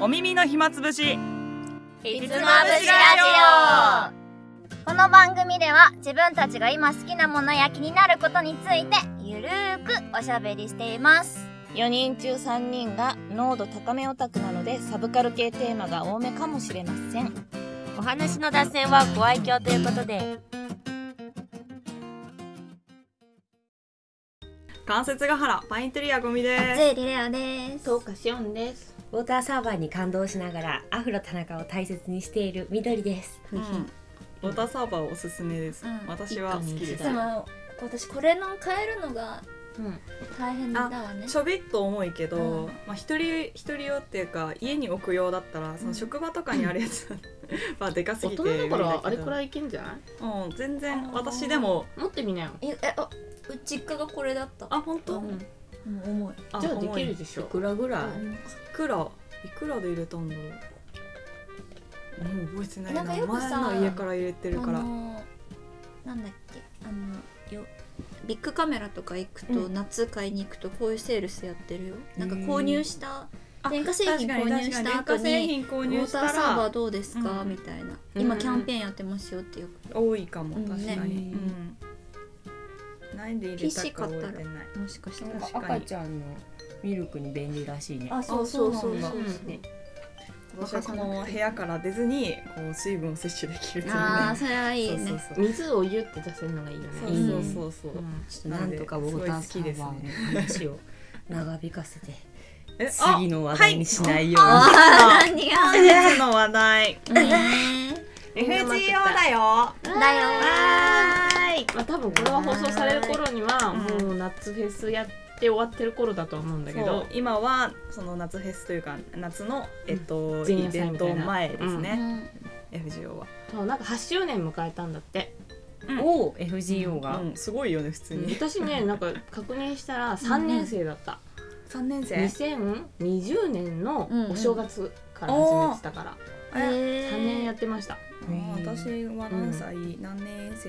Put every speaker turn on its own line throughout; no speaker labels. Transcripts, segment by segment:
お耳の暇つぶし
ひ
つまぶしラこの番組では自分たちが今好きなものや気になることについてゆるーくおしゃべりしています
4人中3人が濃度高めオタクなのでサブカル系テーマが多めかもしれませんお話の脱線はご愛嬌ということで
関節ヶ原パインテリアゴミです
ゼリレオです
トーカシオンです。
ウォーターサーバーに感動しながらアフロ田中を大切にしている緑です。
ウォーターサーバーおすすめです、
うん
私は好きで
一
す
家
でも私これの変えるのが
うん
大変だわね
ちょびっと重いけど、
うん
まあ一人一人用っていうか家に置く用だったらその職場とかにあるやつ、まあでかす
大
ぎて
人だからあれく
い、
らいいけんじゃない？
うん、全然私でも
持ってみなよ。
ええあう実家がこれだった
あ本当、
うん
もう重い
あ
じゃあで
重
き
い
るでしょ。いくらぐら
いくらいくらで入れたんだろうもう覚えてないな
なんかよくさ
前の家から入れてるから
あのなんだっけあのよ
ビッグカメラとか行くと、
う
夏買いに行くとこういうセールスやってるよなんか購入した
あ
電化製品購入した後に
確かに確かに電化製品購
ウ
入
ォー
し
タ
た
ーサーバー
ら
どうですか、
うん
みたいな
うん
今キャンペーンやってますよってよく
多いかも
うん
確かに、
ね
うん何で入れたか覚えてない
もしかしたら
確かに
ゃんのミルクに便利らしいね
あそうそうそうそう
うん
私はこの部屋から出ずにこう水分を摂取できるというね
ああそれはいいね
そうそう
水お湯って出せるのがいいよね。
そう
いい
そう
ね
そうそうそう
ちょっとなんとかウォーターサーバーの話を長引かせて
えあ
次の話題にしないよ
ああ何が
本日の話題
ね
FGO だよ
だよ
まあ多分これは放送される頃にはもう夏フェスやって終わってる頃だとは思うんだけ
そ
ど
う。今はその夏フェスというか夏の、えっと、
前
イベ
夜祭
ン
みたいな
ト前です
う
ね、
ん
FGO は、
そうなんか8周年迎えたんだって。
を FGO が
うん、すごいよね普通に
私 ねなんか確認したら3年生だった。
3年
2020年のお正月から始めてたから3年やってました。
うん
私は何歳、何年生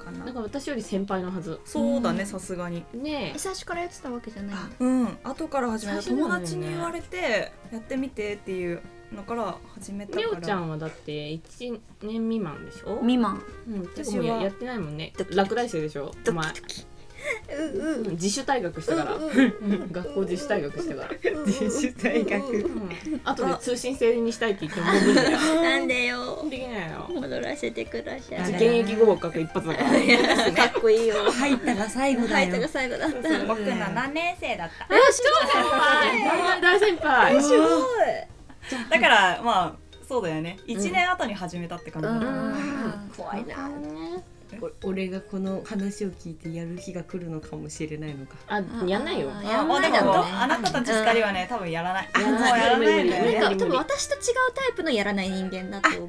かな
なんか私より先輩のはず。
そうだねさすがに
ねえ
え最初からやってたわけじゃないの
うん後から始めた、
最初
友
なんだよね
達に言われてやってみてっていうのから始めたか
み
ら
おちゃんはだって1年未満でしょ、
未満
うん、てか
私
も
は
うややってないもんね
ドキドキ
落第生でしょお前うん自主退学したからうん学校自主退学したから
自主大学
うんあとで通信制にしたいって言ってももう無理だよ
なんでよ
できないよ
戻らせてくださ
だ
現
から
役合格一発だからえ
かっこいいよ
入ったが最後だ
入ったが
よ
最後だった
僕7年生だった
超先 輩大先輩
すごいだからまあそうだよね1年後に始めたって感じだった、
怖いなお俺がこの話を聞いてやる日が来るのかもしれないのか
あやんないよ
あ
あ
やんない
で
だ
も
ろうね
あなたたち2人はね多分やらない
やら
もう
ない
やらないんだよね
なんか多分私と違うタイプのやらない人間だと思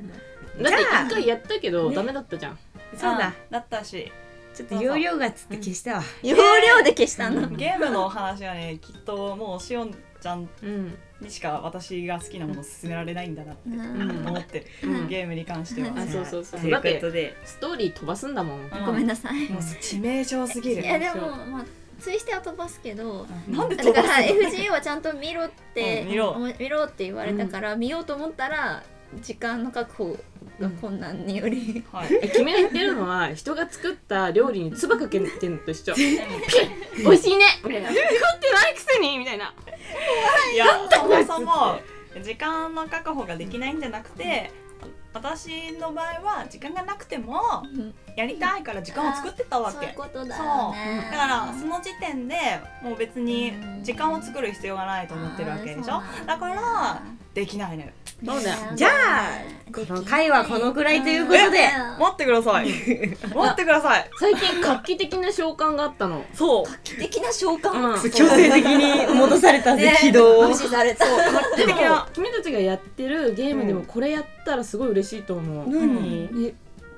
う
だって一回やったけどダメだったじゃん
そうだ
だったし
ちょっと容量がつって消したわ
容量で消したの
ゲームのお話はねきっともうしおんちゃん
うん
にしか私が好きなものを勧められないんだなって
うん
思ってる、
うん
ゲームに関しては、
あそうそうそう
ということで
ストーリー飛ばすんだもん
ごめん
な
なさい
もう致命傷すぎる
いやでもまあツイステは飛ばすけど
なんで
だ
飛
か
ば
ら
す
FGO はちゃんと見ろって、
うん見ろ
おも見ろって言われたから、見ようと思ったら時間の確保が困難により、
はい
え君が言ってるのは人が作った料理に唾かけてんのと一緒ピュッ美味しいねみたいな作ってないくせにみたいない
やそもそも時間の確保ができないんじゃなくて私の場合は時間がなくても
ん
やりたいから時間を作ってたわ
そういう
け
ことだ
そ
よ
う
ね
だからその時点でもう別に時間を作る必要がないと思ってるわけでしょ
あーそう
だからできないのよ
そうだよ
じゃあこの回はこのぐらいということで
待ってください待ってください
最近画期的な召喚があったの、
そう
的な召喚
うん、
強制的に戻された ぜ軌道を
無視された
で
的
も
な
君たちがやってるゲームでもこれやったらすごい嬉しいと思う、
何
で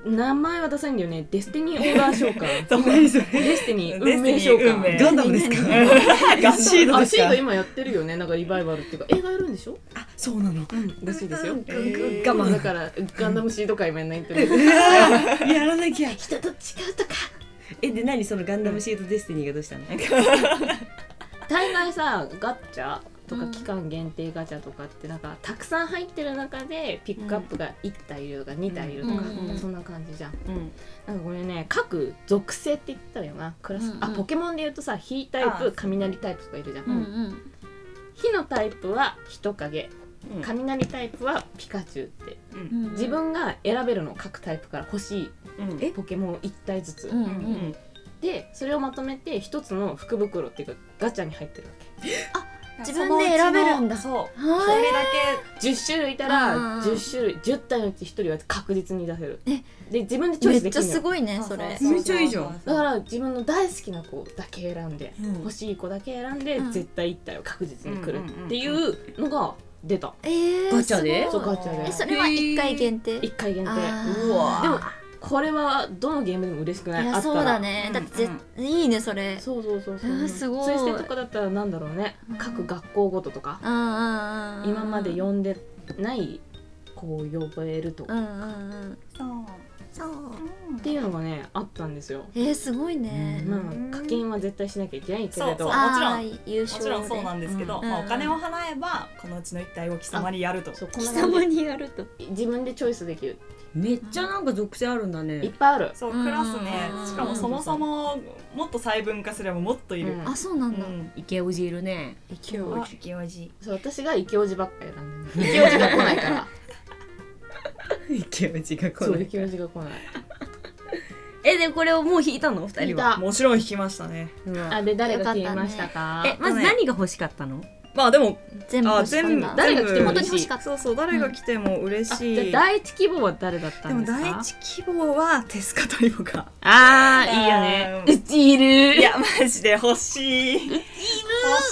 名前はダサいんだよねデスティニーオーダー召 喚
何それ
デスティニー
デ
運
スティニ
命召
ー運命
喚
ガンダムですかガ シード
あ
です
シー
か
ド今やってるよねなんかリバイバルっていうか映画やるんでしょ
そうなの
うんらしいですよ、
えー
我
だ
慢
からガンダムシード会もやんないとね
やらなきゃ
人と違うとか
えで何そのガンダムシードデスティニーがどうしたの
大概さガッチャとか
うん
期間限定ガチャとかってなんかたくさん入ってる中でピックアップが1体いるとか2体いるとか、
うん
そんな感じじゃん。
うん
なんかこれね各属性って言ったらよなクラス、
うんうん
あポケモンで言うとさ火タイ
あ
プ雷タイプとかいるじゃん、
うんうん
火のタイプは人影
うん
雷タイプはピカチュウって
うん
うん
自分が選べるの各タイプから欲しい
うん
ポケモン1体ずつ、
うんう
うん
ん
でそれをまとめて1つの福袋っていうかガチャに入ってるわ
自分で選べるんだ
そのうちのそう
は
そ
い
れだ
け10種類いた
うん
ら
うん
10種類10体のうち1人は確実に出せる
え
で自分でチョイ
め
スで
っ
き
ちゃ
る
す
の
ごいね
け
それ
めっちゃいいじゃん
だから自分の大好きな子だけ選んで
うん
欲しい子だけ選んで、
うん
絶対1体を確実に来るっていうのが出た、
えー
ガチャです
そ
ご
う
い
ガチャ
え
で
それは一回限定
1回限定
あー
うわ
でもこれはどのゲームでも嬉しくない
い
あった
やそ
ら
うだね
うん
だってぜいいねそれ
そうそうそうそう
あーすごい
ツイステとかだったらなんだろうね
うん
各学校ごととか
うんうんうん
今まで呼んでない子を呼べると
う
か
んうんうん
そう
そう
うん
っていうのがねあったんですよ
えーすごいね
まあ課金は絶対しなきゃいけないけれ
そう
ど
そうもちろん
あー優
も
勝
ちろんそうなんですけど、
うん
まあ、お金を払えばこのうちの一体を貴様にやると
そうこん
貴
な感
様にやると
じ自分でチョイスできる
めっちゃなんか属性あるんだ
いっ
ね。
ぱいある
そう
うん
クラスね
うん
しかもそもそももっと細分化すればもっといる
うん
あそうな
うん
だ
ん
池おじいるね。
勢い
気おじ
そう私がイケオジばっか選んでる イケオジが来ないから
池おじが来
そう
な
イ
い。
ケオジが来ない
えでこれをもう引いたの二
い
人は。
た
もちろん引きましたね
うわ
あで誰が消えましたか
えまず何が欲しかったの？
まあでも
全部
あ
欲しかった
全部
誰が来ても
本当に
嬉
欲
し
し
い
かった
そうそう誰が来ても嬉
あ
し
じゃあ
い、
第一希望は誰だった
で
ん
も
ですか
第一希望はテスカトリボか
あーいいよね
うん
うちいる
いやマジで欲しい欲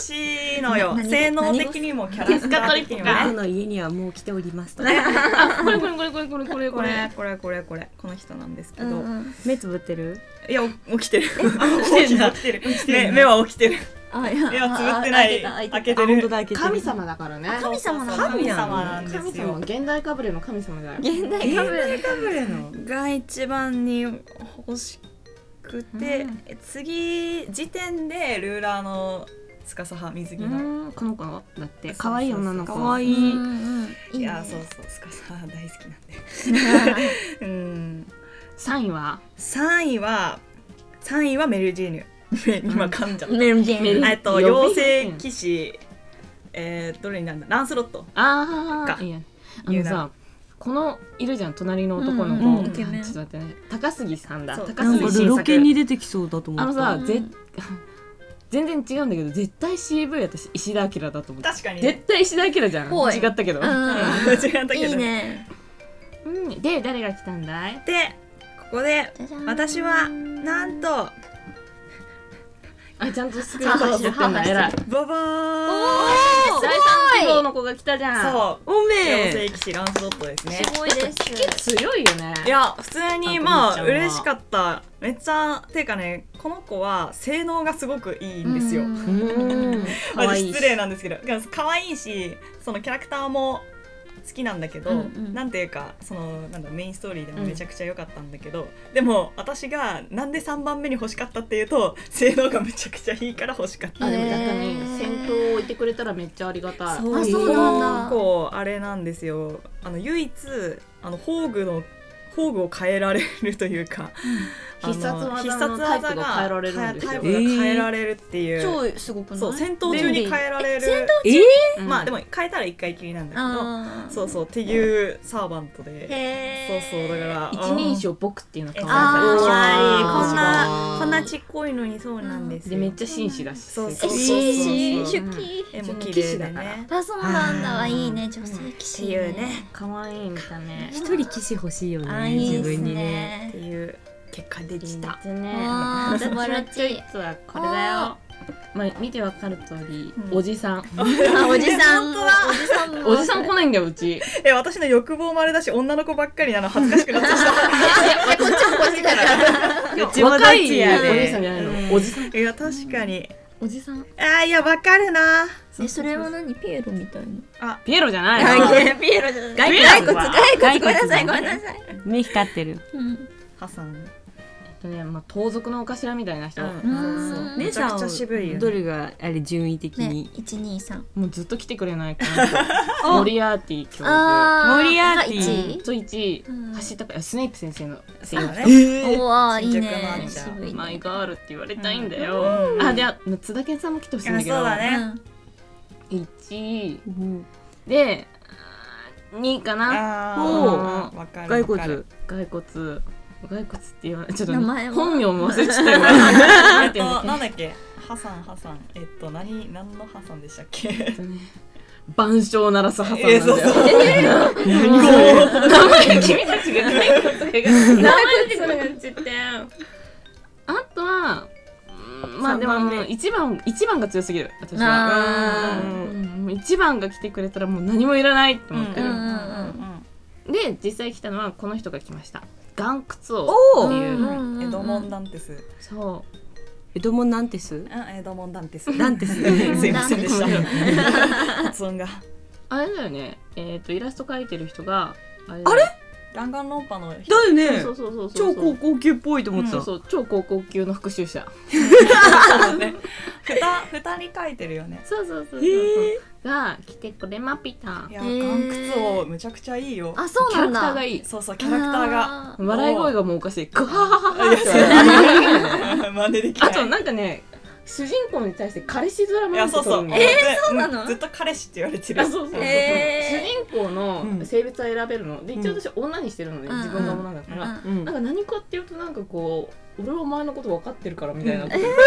しいのよ
な何
性能的にもキャラクター的にも
テスカト
僕
ね
リ
の家にはもう来ておりますと。
これこれこれこれこれこれ
これこれこれこれこの人なんですけ
う
ど、
んうん
目つぶってる？
いやお起きてる起きてる起きてる目目は起きてる
あいや
目はつぶって
あ
な
あ開け
い
た
開
開けた
けて
本
る
当だ開けてる
神様だからね
神様なの
そうそうそう神様なんですよ
神様現代かぶれの神様だよ
現代カメラ
カブレの。
が一番に欲しくて、
うん
え次時点でルーラーの司派水着
う
の、
んこの子だって
可
可
愛
愛
い
い
女
女
の
の
子
子
いいね
いやそうそう司派大好きなんでうん
3位は
3位は3位はメルジーヌ今噛んじゃ った
メルゲン
メル
えっと
呼び
妖精騎士えー、どれになるんだランスロット
あ
か
あいやあの
言うな
さこのいるじゃん隣の男の
うん
うん
子
イケ
メン
あちょっと待ってね高杉さんだ
そう
高
なんか
杉
ル
晋
ロケ
作
に出てきそうだと思った。
あのさ
うん
ぜ全然違うんだけど絶対 CV 私石田明だと思って
確かに
絶対石田明じゃん
ぽい
違ったけど
う
うん 違ったけど
んいいね
うんで誰が来たんだい
でここで
じゃじゃん
私はなんと
あちゃんとスクリーン撮ってんだ偉い
ババーン
第3希望の子が来たじゃん
そう
おめ
妖精
え。
騎士ランスロットですね
すごいです
強いよね
いや普通に
あ
ま
お
あ
兄ちゃんは
嬉しかっためっちゃていうかねこの子は性能がすごくいいんですよ、
う
ま
うんーん
あ
可愛いし
失礼なんですけどだから可愛いしそのキャラクターも好きなんだけど、
うんうん
なんていうかそのなんだメインストーリーでもめちゃくちゃ良かったんだけど、でも私がなんで3番目に欲しかったっていうと性能がめちゃくちゃいいから欲しかった
あでも逆
へ
に
ー
戦闘を置いてくれたらめっちゃありがたい
そう
あ
い
そうなん
結
だ
構あれなんですよあの唯一あの宝具の宝具を変えられるというかあの
必殺技のタイプが変えられるんですよ
タイプが変えられるっていう、
超すごくない
そう戦闘中に変えられる
うん
まあでも変えたら一回きりなんだ
あ
けど
ー
そうそうっていうサーバントで
へ
そうそうだから
一人称僕っていうの
え
可
あ
愛
ー
い
可愛い
あー
こんな
あー
こんなちっこいのにそうなんです
で
よ
めっちゃ紳士だし
そうそう
え紳士
そうそう
出
そう
勤
絵も綺
騎
麗で
士だから
ね
あそうなんだ
あー
いいね女性騎士
っていうね
可愛い見た目
一人騎士欲しいよ
あ
ね。
いい
自
です
分にね。
って
ね
いう結果できた
でね
わー素晴らしい
私のチョイスはこれだよまあ見てわかる通り
うん
おじさん
あおじさん
本
も
当だ
おじさんも
おじさん来ないんだようち
え私の欲望もあれだし女の子ばっかりなの恥ずかしくなってき た
いやこっちもこっちだから
うちもどっ
若い
ち
おじ
や
さんじ
で。
ゃない
うん
のおじさん
いや確かに
おじさん
あーいやわかるな
えそれは何ピエロみたいな
ピエロじゃない
あ
の
いやピエロじゃない
骸
骸
骨
骨
は
骸骨ごめんなさ
骸骨
いご
は
めんなさい
目光ってる。
うん
ハサン
とね、まあ、盗賊のお頭みたいな人、
うん
うん
そうそう
姉
めちゃ
さん
くちゃ渋いよね
どれがあれ順位的に、
ね、一二三。
もうずっと来てくれないかなとモリアーティ教授
あー
モリアーティ
一位。
と1位
うん
走ったからスネイプ先生の
そうだね
おわいい
新宿のあ
ね。
んちゃん
渋いね。
マイ
ー
ガールって言われたいんだよ、
うん
あであ津田健さんも来てほしいんだ
あ
け
そう
ど
だね、
1位
うん
で2位かな
あーわかる
骸
わか
骨
る
骸骨骸骨って言わないちょっと
名前は
本名も忘れちゃったよな
え
ん
って
言うん
と
だっけ
なんだっけハサンハサンえっと何何のハサンでしたっけ
えっとね万象鳴らすハサンなんだよ、
えーそう
名前君たちが骸骨が名前出てこなくなっちゃったよ あとはうんまあでも
三
も
番
う一番一番が強すぎる私は
あ
ー
うんもう一番が来てくれたらもう何もいらないって思ってる、
うんうん
で実際来たのはこの人が来ました岩窟王
お
って
お
いう、
ー
江戸門ダンテス
そう
江戸門なんてす
あ江戸門ダン テス
ダンテス
すいませんでし
ダンテ
た発音が
あれだよねえっ、とイラスト描いてる人があれだよね
弾丸論破の人
だよね
そうそうそうそ
超
う
高校級っぽいと思ってた、
そうそう超高校級の復習者
だねふた二人書いてるよね
そうそうそうそうが来てくれまピタ
いや
へー
岩窟王むちゃくちゃいいよ
あ、そう
キ
なん
ャラク
だ。
ターがいい
そうそうキャラクターが
あ
笑い声がもうおか しいグハハハハ
いや
って
そう 真似できない
あとなんかね主人公に対して彼氏面
い
も
や
なん
そ
か
うそう
取るの
え
そうなの
ずっと彼氏って言われてる
あそうそうそう、
え
主人公の性別は選べるの、で一応私女にしてるのね、
うん
自分が女だから、
ー
うん
なんか何かっていうとなんかこう俺はお前のこと分かってるからみたいなこと言って
そうそう。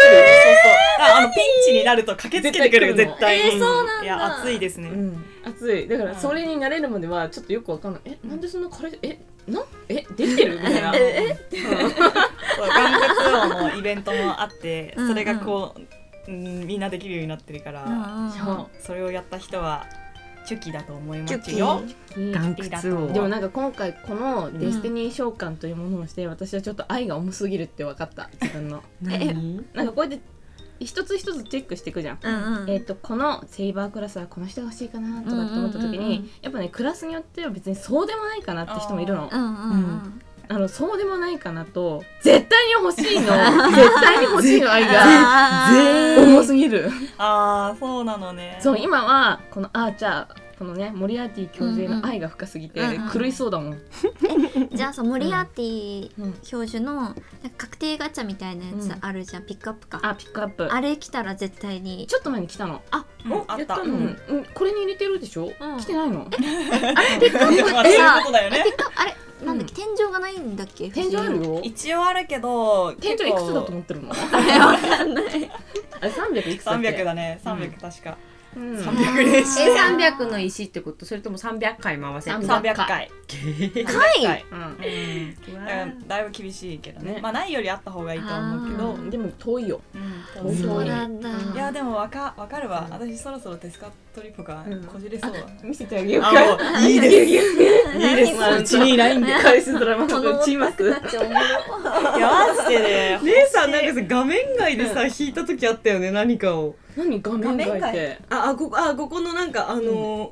ああのピンチになると駆けつけてくるよ
絶
絶対に。
えーそうなんだ
いや暑いですね。
うん、熱いだからそれに慣れるまではちょっとよくわかんないえなんでそんな彼氏えなえできてるみたいな
そう岩窟王のイベントもあって、
うん
それがこう、うん、みんなできるようになってるから、
そ
それをやった人はチュキだと思いま
キュ
す
キ
よ。
う
岩窟王
でもなんか今回この「デスティニー召喚」というものをして私はちょっと愛が重すぎるって分かった自分 の
何
なんかこうやって一つ一つチェックしていくじゃん
うんうん。
えっとこのセイバークラスはこの人が欲しいかなとかって思った時に、
うんうんうんうん
やっぱねクラスによっては別にそうでもないかなって人もいるの
う
あ
んうんうん。
のそうでもないかなと絶対に欲し いの絶対に欲しいの愛が
全員
重すぎる
ああそうなのね。
そう今はこのアーチャーこのねモリアーティ教授への愛が深すぎて
うんうん
狂いそうだもん
じゃあさモリアーティ
うん
教授のなんか確定ガチャみたいなやつあるじゃん、ピックアップかあ
あピックアップ
れ来たら絶対に
ちょっと前に来たの
うんあ
や
っ
った
た。
の、
う
うん
ん。
うんこれに入れてるでしょ、
うん
来てない
ま
の
あそういうことだよね。
あれなんだっけ、天井がないんだっけ
天井あるよ
一応あるけど
天井いくつだと思ってるのあれわかんないあれ300いくつだっ
三
け
百だね。
うん
三百確か。
うん
三百でし
え三百の石ってことそれとも三百回回せ
300
三百回。
回
回。
うん
うん。だからだいぶ厳しいけどね。
ね
まあないよりあった方がいいと思うけど
あ。
でも遠いよ
うん
ー
そうなんだ
うん
いやでもわかわかるわ、私そろそろテスカトリポが
うん
こじれそうだ、
見せてあげようか
あもういいですいいです
まあ
うちにいないんで
返すドラマ
この
打ちます
だっておもろ
いやマジで ね
姉さんなんかさ画面外でさ引いた時あったよね何かを
何画面外って
ああこあここのなんかあのー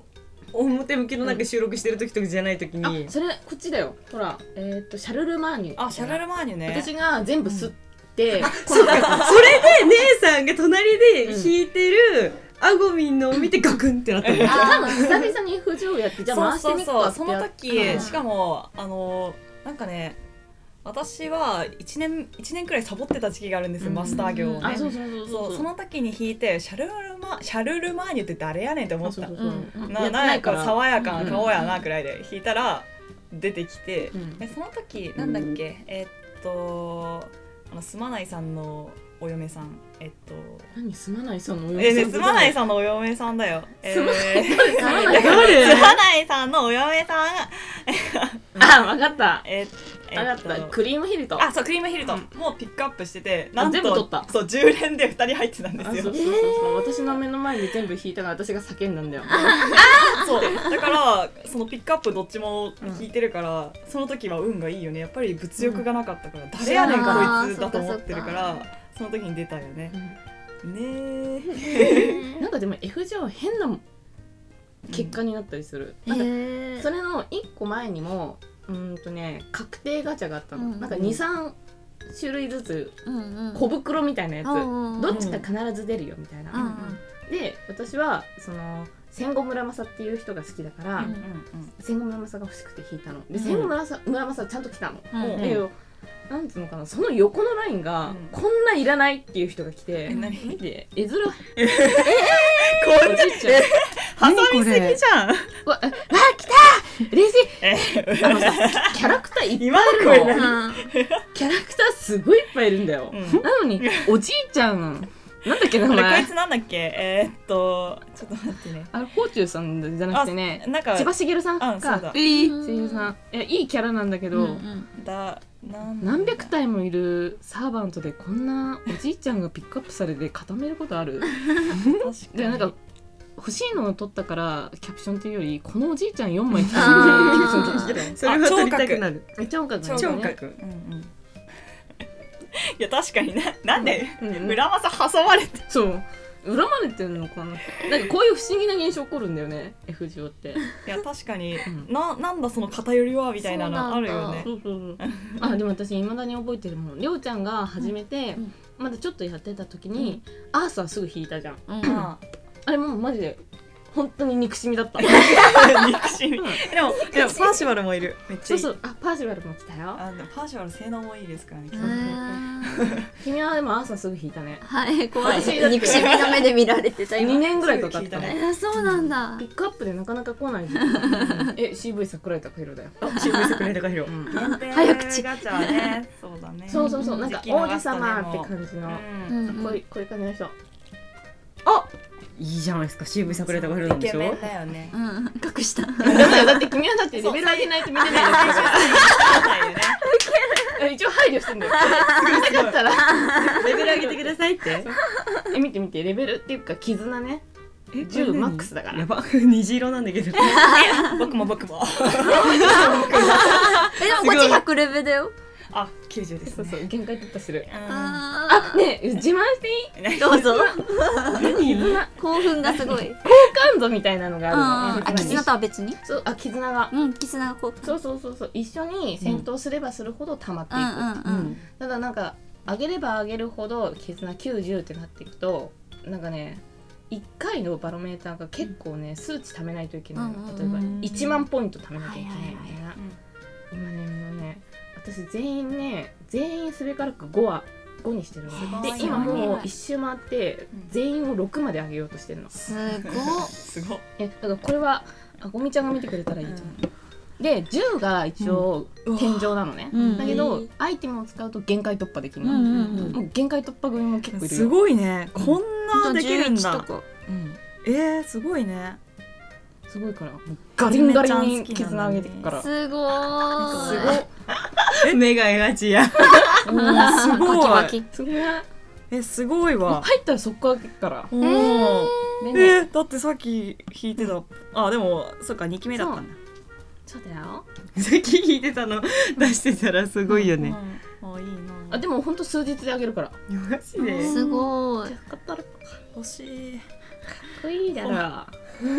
表向きのなんか収録してる時とかじゃない時
あ
に
それこっちだよほらえっとシャルルマーニュ
あシャラルマーニュね
私が全部吸って
そうだそれで姉さんが隣で弾いてるあごみんのを見てガクンってなったの
多分久々に不条やってじゃあ回してみっかって
そうそうそうその
や
時しかもあのなんかね私は1年一年くらいサボってた時期があるんですよ、
うん
マスター業を
あ
ね
そうそうそう
そう
う
その時に弾いてシャルルマシャルルマーニュって誰やねんって思
あ
っ
そ
た
うそう
う
そうん
うん
やっ
な
てな
なん
いか
から爽やかな顔やなくらいで弾いたら出てきて、
うん
えその時なんだっけ、えっとあのすまないさんのお嫁さんえっと
何すまないさんのお
え
嫁
ね
さん
すまないさんのお嫁さんだよえーすま
い
ないさんのお嫁さん
あわかった
ええ
わか
っ
っ
と
たクリームヒルト
あそうクリームヒルトン、もうピックアップしててなんと
全部取った
そう10連で2人入ってたんで
あそう
す
そうそ
よ
うそう、私の目の前で全部弾いたから私が叫んだんだよ
そうだからそのピックアップどっちも弾いてるから、その時は運がいいよねやっぱり物欲がなかったから、誰やねん
あー
こいつだと思ってるから
そっ
その時に出たよね、ねえ
なんかでも F 字は変な 結果になったりする、
へー
それの1個前にもうーんとね確定ガチャがあったの、
うん
なんか23種類ずつ
うんうん
小袋みたいなやつ、
うん
どっちか必ず出るよみたいな、
うん
で私はその千後村正っていう人が好きだから、
うん
千後村正が欲しくて引いたので千後村正村正ちゃんと来たの、
うんうん
うん
えなんつうのかなその横のラインが、
うん
こんないらないっていう人が来て
え何
で絵面お
こんな
じいち ゃん
挟みすぎじゃん
うわあ来た嬉しい
え
あのさキャラクターいっぱ い
今の
いる
声
の
うん
キャラクターすごいいっぱいいるんだよ、
うん
な のにおじいちゃんなんだっけ名
あれこ
前
いつなんだっけえー、っとちょっと待ってね
あれ甲冑さんじゃなくてね
なんか
千葉茂さん
あそう
か
だ
えー声優さんいやいいキャラなんだけど、
うん
だなん
何百体もいるサーバントでこんなおじいちゃんがピックアップされて固めることある
確
で
か
なん
に
か欲しいのを取ったからキャプションっていうよりこのおじいちゃん4枚キャプ シ
あー
ョン取ってきたよ
それは撮りたくなる
聴覚
聴
聴
覚
覚、
うんうん いや確かにななんで
うんうん
村正挟まれて
そう恨まれてるのかななんかこういう不思議な現象起こるんだよね FGO って
いや確かに
ん
ななんだその偏りはみたいなのあるよね
そうそうそうあでも私未だに覚えてるもんりょうちゃんが初めて、
うん
まだちょっとやってた時に、アーサーすぐ引いたじゃん
う ん
ま
あれもうマジで本当に憎しみだった
あ憎しみでもでもパーシバルもいるめっち
そ
ゃ
う
いい
そうあパーシバルも来たよ
あでもパーシバル性能もいいですからねきっと
あ
君はでもアーサーすぐ引いたね
ーはい怖い
私だって
憎しみの目で見られてた今
2年ぐらいかかった
すぐ引いた
ね
ね
えーそうなんだ
ピックアップでなかなか来ない時期うんえ CV 桜井孝弘だよ、
渋い桜井高弘
早口ガチャねそうだね
そうそうそうなんか
時期
王
逃
子
すとね
様って感じの、
うん
うんうん
こういうこういう感じの人
いいじゃないですか渋い桜井高弘なんでしょ
イケメンだよね
うん隠した
だってだって君はだってレベル上げないと見れないだから一応配慮してんだよすごいだったら
レベル上げてくださいって
え見て見てレベルっていうか絆ね
え
10
これ何
マックスだから
やば虹色なんだけど
僕も僕も
えでもこっち100レベだよ
あ九十です
そう
ね
そう限界突破してる
うん
あ
あねえ自慢していい
ーどうぞ
何
絆
興奮がすごい
感度みたいなのがあ
あ
るの
あ絆とは別に
そうあ絆が
うん絆が興奮
そうそうそうそう一緒に戦闘すればするほど溜まっていく、
う
うん
ん
ただなんか上げれば上げるほど絆90ってなっていくとなんかね1回のバロメーターが結構ね、数値貯めないといけないの、
うんうん
例えば1万ポイント貯めなきゃいけないみたいな、
い
今ねもうね私全員ね全員すべからく5は5にしてるの
す
で
ごい
今もう一周回って
うん
全員を6まで上げようとしてるの
すご
すごっ
えだからこれはあごみちゃんが見てくれたらいいじゃん、で10が一応天井なのね、
うん
だけどアイテムを使うと限界突破できるの、
うんうんうん
もう限界突破組も結構いるよ
すごいねこんなできるん
11
だ
とか
うん
えー、すごいね
すごいからもうガリンガリンに
めちゃ好き
絆
なの
上
に
げていくから
すごーい
すごい
目が描ちや
すごい
バキバキ
すごいね
えすごい
もう
わ
入ったら速攻上げるから
おー
で
え
ね
ー、だってさっき弾いてたあでもそっか二期目だったんだ
そうだよ
さっき弾いてたの出してたらすごいよね
うんあいいな
あでもほんと数日で上げるから
マジです
ごーい
かったらか
欲しい
っこいいだろ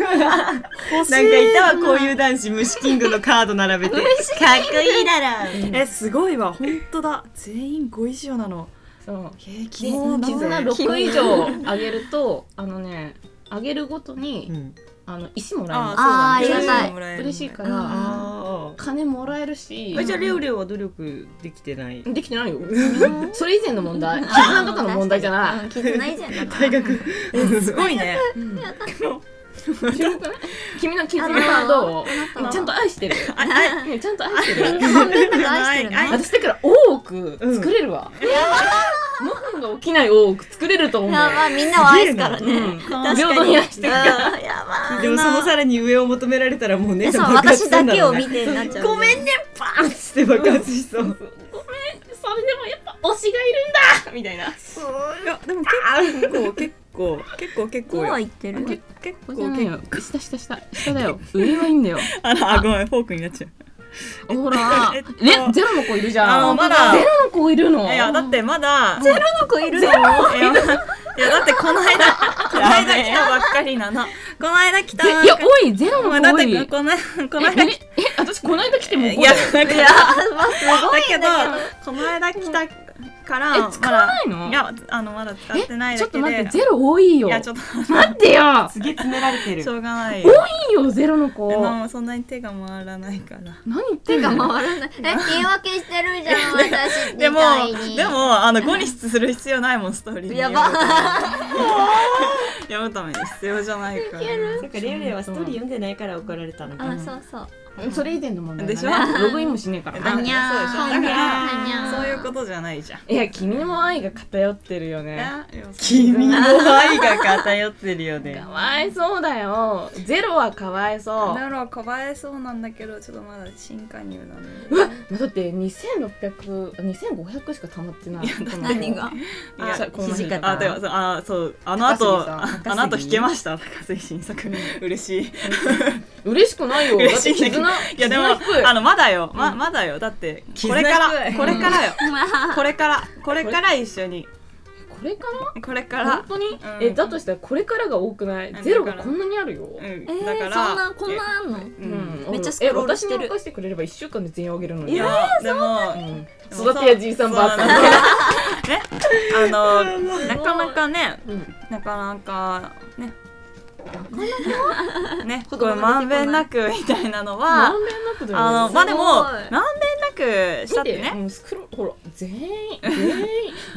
欲しい
なんかいたわこういう男子虫キングのカード並べてかっこいいだろ
えすごいわ本当だ全員5以上なの
そう
えー、希
で
望な
絆6以上上げると あのね上げるごとに、
うん
あの石もらえ
あ
ます
あそうだね
あーありがたい
もらえる
嬉しいか
うん
ら
あ
金もらえるし
あじゃあレオレオは努力できてない
できてないよそれ以前の問題絆とかの問題じゃない
い絆以前だから
大学
えすごいね
注目ね君の絆はど
あなたは
うちゃんと愛してるねちゃんと愛してる
みんな愛してるね
私だから大奥作れるわモフンが起きない大奥作れると思う
い
ん
や
だ
ば
よ
いみんなを愛すからね
うん
確かに
平等に愛してるから
うんやばい
でもそのさらに上を求められたらもうね
えそう
爆発し
私
た
だ
んだ
け
ろう
を
ね
見てになっちゃう
ごめ
ん
んねパーンって爆発しそう
それでもやっぱ推しがいるんだみたいない
やでも結構結構結構結
こう
構
は
よ
言ってる
け結構
ここじゃない
結構
よ下下下下だよ上はいいんだよ
あらあごめんフォークになっちゃう
ほら
えっ
え
と
ゼロの子いるじ
あ
ゃ
の
ん
まだ
ゼロの子いるの
いやだってまだ
の子いる
いやいやだってこの 間この間来たばっかりなのこの間来た
ぜいや多いゼロの
まあ
子
だっ
多
て
い
このこ
え
の間来
ええ私この間来ても
た
5
いやだけど
まあすごいんだけど
この間来たから
え使わないの
まだいやあのまだ使ってない
ち
だ
ょっ
けで
と待ってゼロ多いよ
いや
待
ちょっ
ってよ
すげえ詰められてる
としょうがない
いいよゼロの子
で
何
もそんなに手が回らないから
言ってん
が
の
回らない。
え言い訳してるじゃん私み
でも
たいに
でもあの5にする必要ないもんストーリーに
やば。
読むために必要じゃないから
そうかレオレオはストーリー読んでないから怒られたのか
あ、
な
そうそう。
それ以前の問題
でしょ
だねログインもしねえから
あ
な
にゃー
あ
そうでしょだから
あにゃー
そういうことじゃないじゃん
いや君も愛が偏ってるよね
君の愛が偏ってるよね
かわいそうだよゼロはかわいそう
だろうかばえそうなんだけどちょっとまだ新加入なんで
うわだって2600、2500しか溜まってない。
何が。
いや
さこの前
土方
あ、でも、そうあ、そう、あの後、
高杉
あ
さん
あの後弾けました、高杉新作、嬉しい。い
嬉しくないよ。だって
嬉しいね
絆、
や、でも、
絆低い
あの、まだよ、ま、まだよ、だって、これから、これからよ、これから、これから一緒に、
これから
これか
本
ら。
当に、
うん
え、だとしたらこれからが多くない
うん
ゼロがこんなにあるよ。
うん、
えー
だから、
そんなこんなあんの？
う。
うんん
めっちゃスクロールしてる
え私に任せてくれれば1週間で全員あげるの
い
に。
や、でも、
うん
でも
育てやじいさんばあさん。
そうそうなのね、あの、なかなかね、
うん
なかなかね。ね、これま
供が出てこない
んべんなくみたいなのは
まんべんなくだよ。
あのまあでも
すごい
まんべんなくしたって
見て
ね
うんスクロール、ほら、全員、全員、
私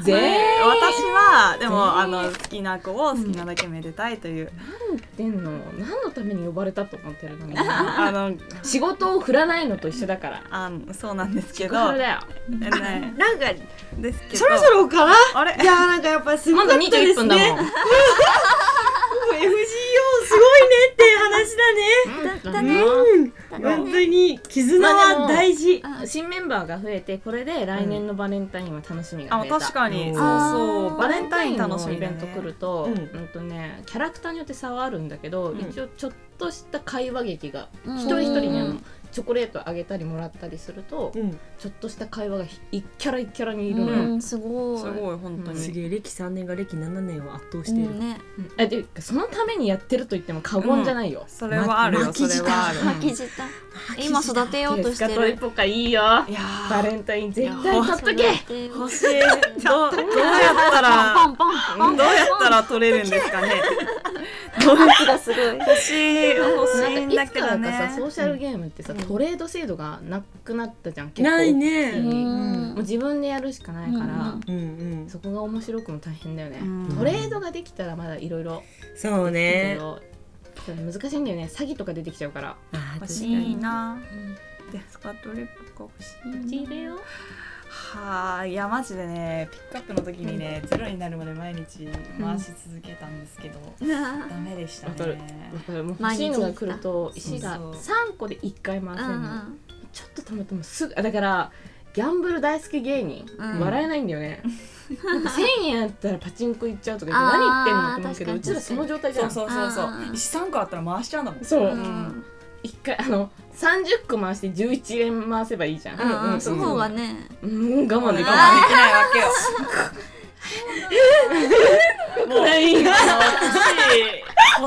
全員。
はで
全員
もあの好きな子を好きなだけめでたいという、
何言ってんの何のために呼ばれたと思ってるのに。
あの
仕事を振らないのと一緒だから。
あのそうなんですけ
セク
ど
ハラだよ。
ね
なんか
ですけど
そろそろかな
あれ
いやーなんかやっぱすご
ま
かった
だ
ですね
21分だもん。
FGO すごいねって話だね
だね。
うん、
ね
本当に絆は大事、
新メンバーが増えてこれで来年のバレンタインは楽しみが
あ
増えた、
確かに
うん
そうそうバ
バ
レ
レ
ン
ン
タ
タ
イ
イ
ン
ン
楽し
の
み
イベ
だ
ン
ね
ト来ると、
うん
うんとね、キャラクターによって差はあるんだけど、
うん
一応ちょっとした会話劇が、
うん
一人一人にあ
う
の
ん
チョコレートあげたりもらったりすると、
うん
ちょっとした会話がひ一キャラ一キャラにいるのよ、
うん、すごい。
すごい本当
うん
す
に、
げえ歴3年が歴7年を圧倒
う
している、
んね。
うんえていうかそのためにやってると言っても過言じゃないよ、
それはあるよ
ま
それはある
巻き舌。今育てようと
テ
し
スカ
て
トイ
る。
ポカいいよ
いや
バ
ー
レンタイン絶対買っとけ
け
欲しいどうどうやったら
パンパンパンパン。
どうやったら取れるんですかね。動物がすごい欲しい欲しいん
な
だ
んか
けど
いつから
ね
か。さソーシャルゲームってさ、トレード制度がなくなったじゃん結構
ない
うん
ね
もう自分でやるしかないから、
うん
うんうん
そこが面白くも大変だよね、
うん
トレードができたらまだいろいろ
そうね
難しいんだよね詐欺とか出てきちゃうから
あー
欲
確
し
か
い
に
な。デスカトリップが欲しいな。
よ
はあいやマジでねピックアップの時にねゼロになるまで毎日回し続けたんですけど、ダメでした
わかる
ね。
だからもう欲しいのが来ると石が
そうそう
3個で1回回せ
う
るの、
ん
ちょっとたまたますぐあだからギャンブル大好き芸人、
うん
笑えないんだ よねなんか1000円やったらパチンコ行っちゃうとか言って
あー
何言ってんのと思うけどう
確か
ち
に
らその状態じ
そ
ゃ
うんそうそうそ
あ
う。
ー。
石三個あったら回しちゃうんだもん。
そううん一回あの30個回して11連回せばいいじゃん、
うん。その方がね。
うん我慢でき
我慢
な
できないわけよ。
いもう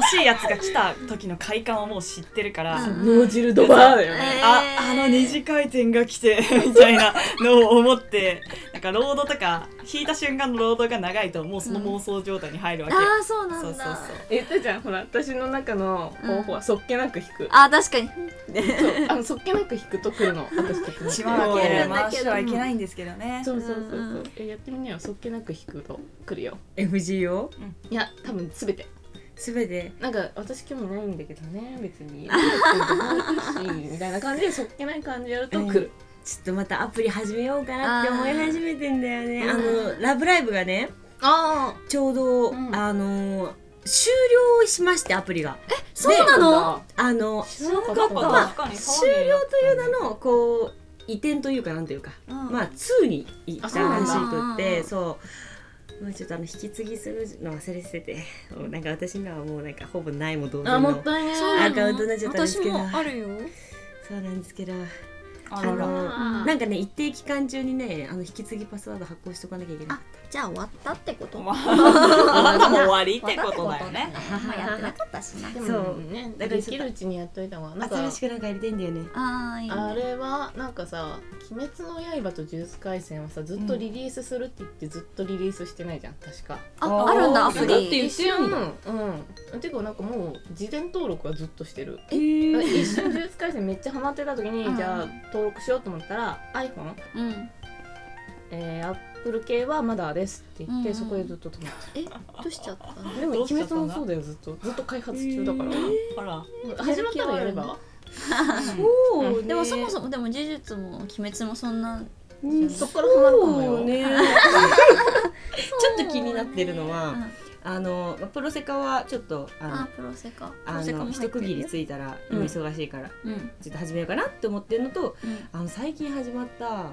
欲しいやつが来た時の快感をもう知ってるから。
脳汁ドバーだよね
えー
ああの二次回転が来て みたいなのを思ってなんかロードとか引いた瞬間のロードが長いともうその妄想状態に入るわけ、
ああそうな
そうんそう
だ。
言ったじゃんほら私の中の方法はそっけなく引 く、
あ確かに。
そうあのそっけなく引くと来るの私的
そう
に
一
そう
番
けるんだ
回
けど
してはいけないんですけどね
そうそうそう
うんうん
えやってみなよそっけなく引くと来るよ
FGO
いや多分全て
すべて
なんか私興味ないんだけどね別にみたいな感じでそっけない感じやると来る、
ちょっとまたアプリ始めようかなって
あー
思い始めてんだよねあ
う
の「ラブライブ!」がね
ああ
ちょうど、
うん
あの終了しましてアプリが
そうなの？
あの
知らな
そう
かった
か確かにそう
終
ね
了という名のこう移転というかなんというか、まあ2に行った
あそうなん
らし
だ
くって
うん
そうまあちょっとあの引き継ぎするの忘れててもうなんか私にはもうなんかほぼないも同然
あも
の
ったいない
アカウントになっちゃったんですけど
私もあるよ。
そうなんですけどあ
ら
の
ら
なんかね一定期間中にねあの引き継ぎパスワード発行しとかなきゃいけない
あじゃあ終わったってこと
まあ、まだも終わりってことだよね。
まあやってなかったしな
で
そ
も
う
ね
だ
で
から
きるうちにやっといた方がなんか
新しくなんかやりたいんだよね
あーいいね
あれはなんかさ「鬼滅の刃」と「呪術廻戦」はさずっとリリースするって言ってずっとリリースしてないじゃん確か
ああるんだア
だ
プ
っ
リ
て言ってるんだうんていうかなんかもう事前登録はずっとしてる
え
一瞬呪術廻戦めっちゃハマってた時に、
うん
じゃあ登録しようと思ったら iPhone、
うん
えー、Apple 系はまだですって言って、
うんうん
そこでずっと止まっ
えどうしちゃったの
てでも
どう
鬼
しちゃっ
滅
たの
もそうだよずっとずっと開発中だから、
あら、
始まったらやれば
そうね
でもそもそもでも呪術も鬼滅もそんな
うん
そっからハマるかも
そ
よ、
うねちょっと気になってるのは、
うん
あのまあプロセカはちょっとあの
あプロセカプ
あ
ロセカ
の
も
一
入ってる
区切りついたら
う
今
ん
忙しいから、
うん
ちょっと始めようかなって思ってるのと
うん
あの最近始まった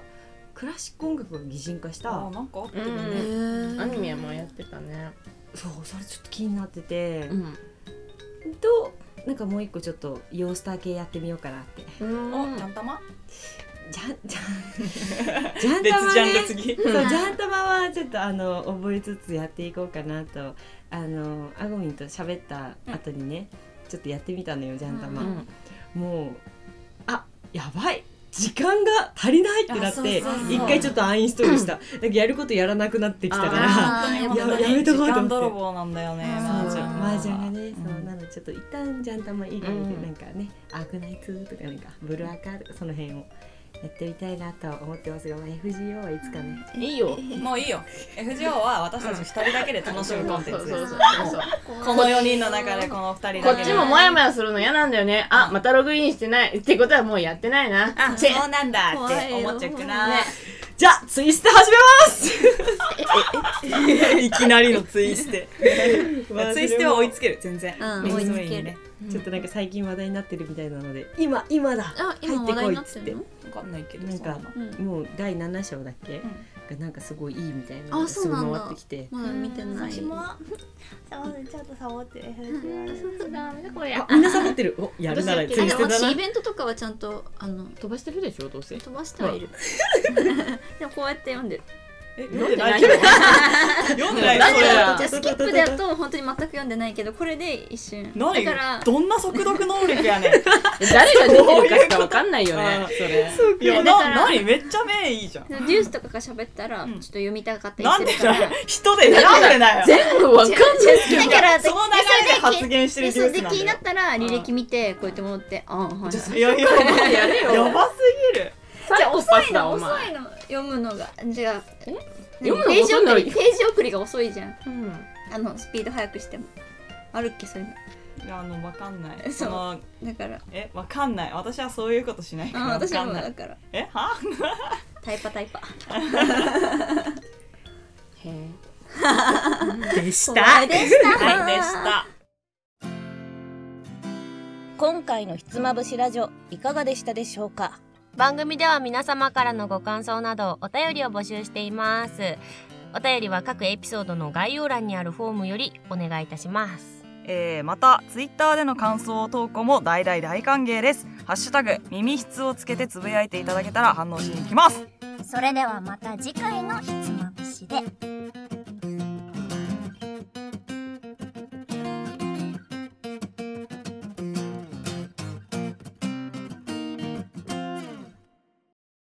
クラシック音楽が擬人化し
あ
た
なんかあって
う
るね。
へ
ん
ー
アニメもやってたね
そうそれちょっと気になってて、
ん
となんかもう一個ちょっとヨースター系やってみようかなって
お、ちゃんたま。
じゃんじ ゃんじゃん
別
たま
ジャンル
ね
次。
そうジャンタマはちょっとあの覚えつつやっていこうかなとあのあごみんと喋った後にね、ちょっとやってみたのよジャンタマ、
う
もうあやばい時間が足りないってなっ
あそう
て
そうそう
一回ちょっとアンインストールした、なんかやることやらなくなってきたから。
あー
本
よ
当に
や
かった
やめとこうと思って
時間泥棒なんだよね。
うん
マージャン。
マージャンがね、
ん
そうなのちょっと一旦ジャンタマ以外で
うん
なんかね、アークナイツとかなんかブルアカとかその辺をやってみたいなとは思ってますが、まあ、FGO はいつかね、
いいよ
もういいよ。FGO は私たち二人だけで楽しむコンテンツで
そう
す
そう。そうそう
この四人の中でこの二人
こ
だけ
っ
で。
ちもモヤモヤするの嫌なんだよねあまたログインしてないってことはもうやってないな
あ、
チェ
そうなんだって思っちゃうかな。
ね
じゃあツイステ始
いきなりのツイステ。
めます
ツイステは追いつける全然。
うん追いつける
ね。
ちょっとなんか最近話題になってるみたいなので今今だ
あ今
入っ
話
てこ
題に
い
な
っ
っ
つ
て
って
るの
わかんないけど。
なんか
そな
うん
もう第7章だっけ、がなんかすごいいいみたいなの
あ
が
そうなん
すごい
だ
回ってきて
まだ見てない
私もサボってちょっとサボってる
これ
あみんなサボってるおやるならツイ
私
ステ
あでも
だ
私
な
イベントとかはちゃんとあの
飛ばしてるでしょどうせ
飛ばしてはいる でもこうやって読んでる
え読んでないよ。 読んでないよ。
だ
それ
からじゃあスキップだと本当に全く読んでないけどこれで一瞬だ
何
から
どんな速読能力 やねん。
誰が出てるかしかわかんないよね
あ
それ
いや、
だ
な
か、ら
何めっちゃ目いいじゃん。
デュースとかが喋ったらちょっと読みたかったり
なん
す
で
るか
だ
ら
よ。 人でなんでだよ。
全部わかんない
だから
その流れで発言して
で
る
そう
デ
で
ュー
気
ス
に
な
なんったら履歴見てこうやって戻ってああはいはい
だよ。いやいや、
やれよ
やばすぎる。
サイコパスだお
遅
前
いの読むのがじゃあ
読むの
ページ
遅
送
い
り
の
ページ送りが遅いじゃん
うん
あのスピード速くしてもあるっけそういう
いや、あの、わかんない。
そう
その、
のだから
え、わかんない。私はそういうことしないか
あ
ら。わ
私
か
は
ん
もう
な
だ
い。
から
え、は。
タイパタイパ
へえ
でし
怖いでした
はい、でした。
今回のひつまぶしラジオいかがでしたでしょうか
番組では皆様からのご感想などお便りを募集していますお便りは各エピソードの概要欄にあるフォームよりお願いいたします
えーまたツイッターでの感想投稿も大大大歓迎ですハッシュタグ耳質をつけてつぶやいていただけたら反応しに行きます
それではまた次回のひつまぶしで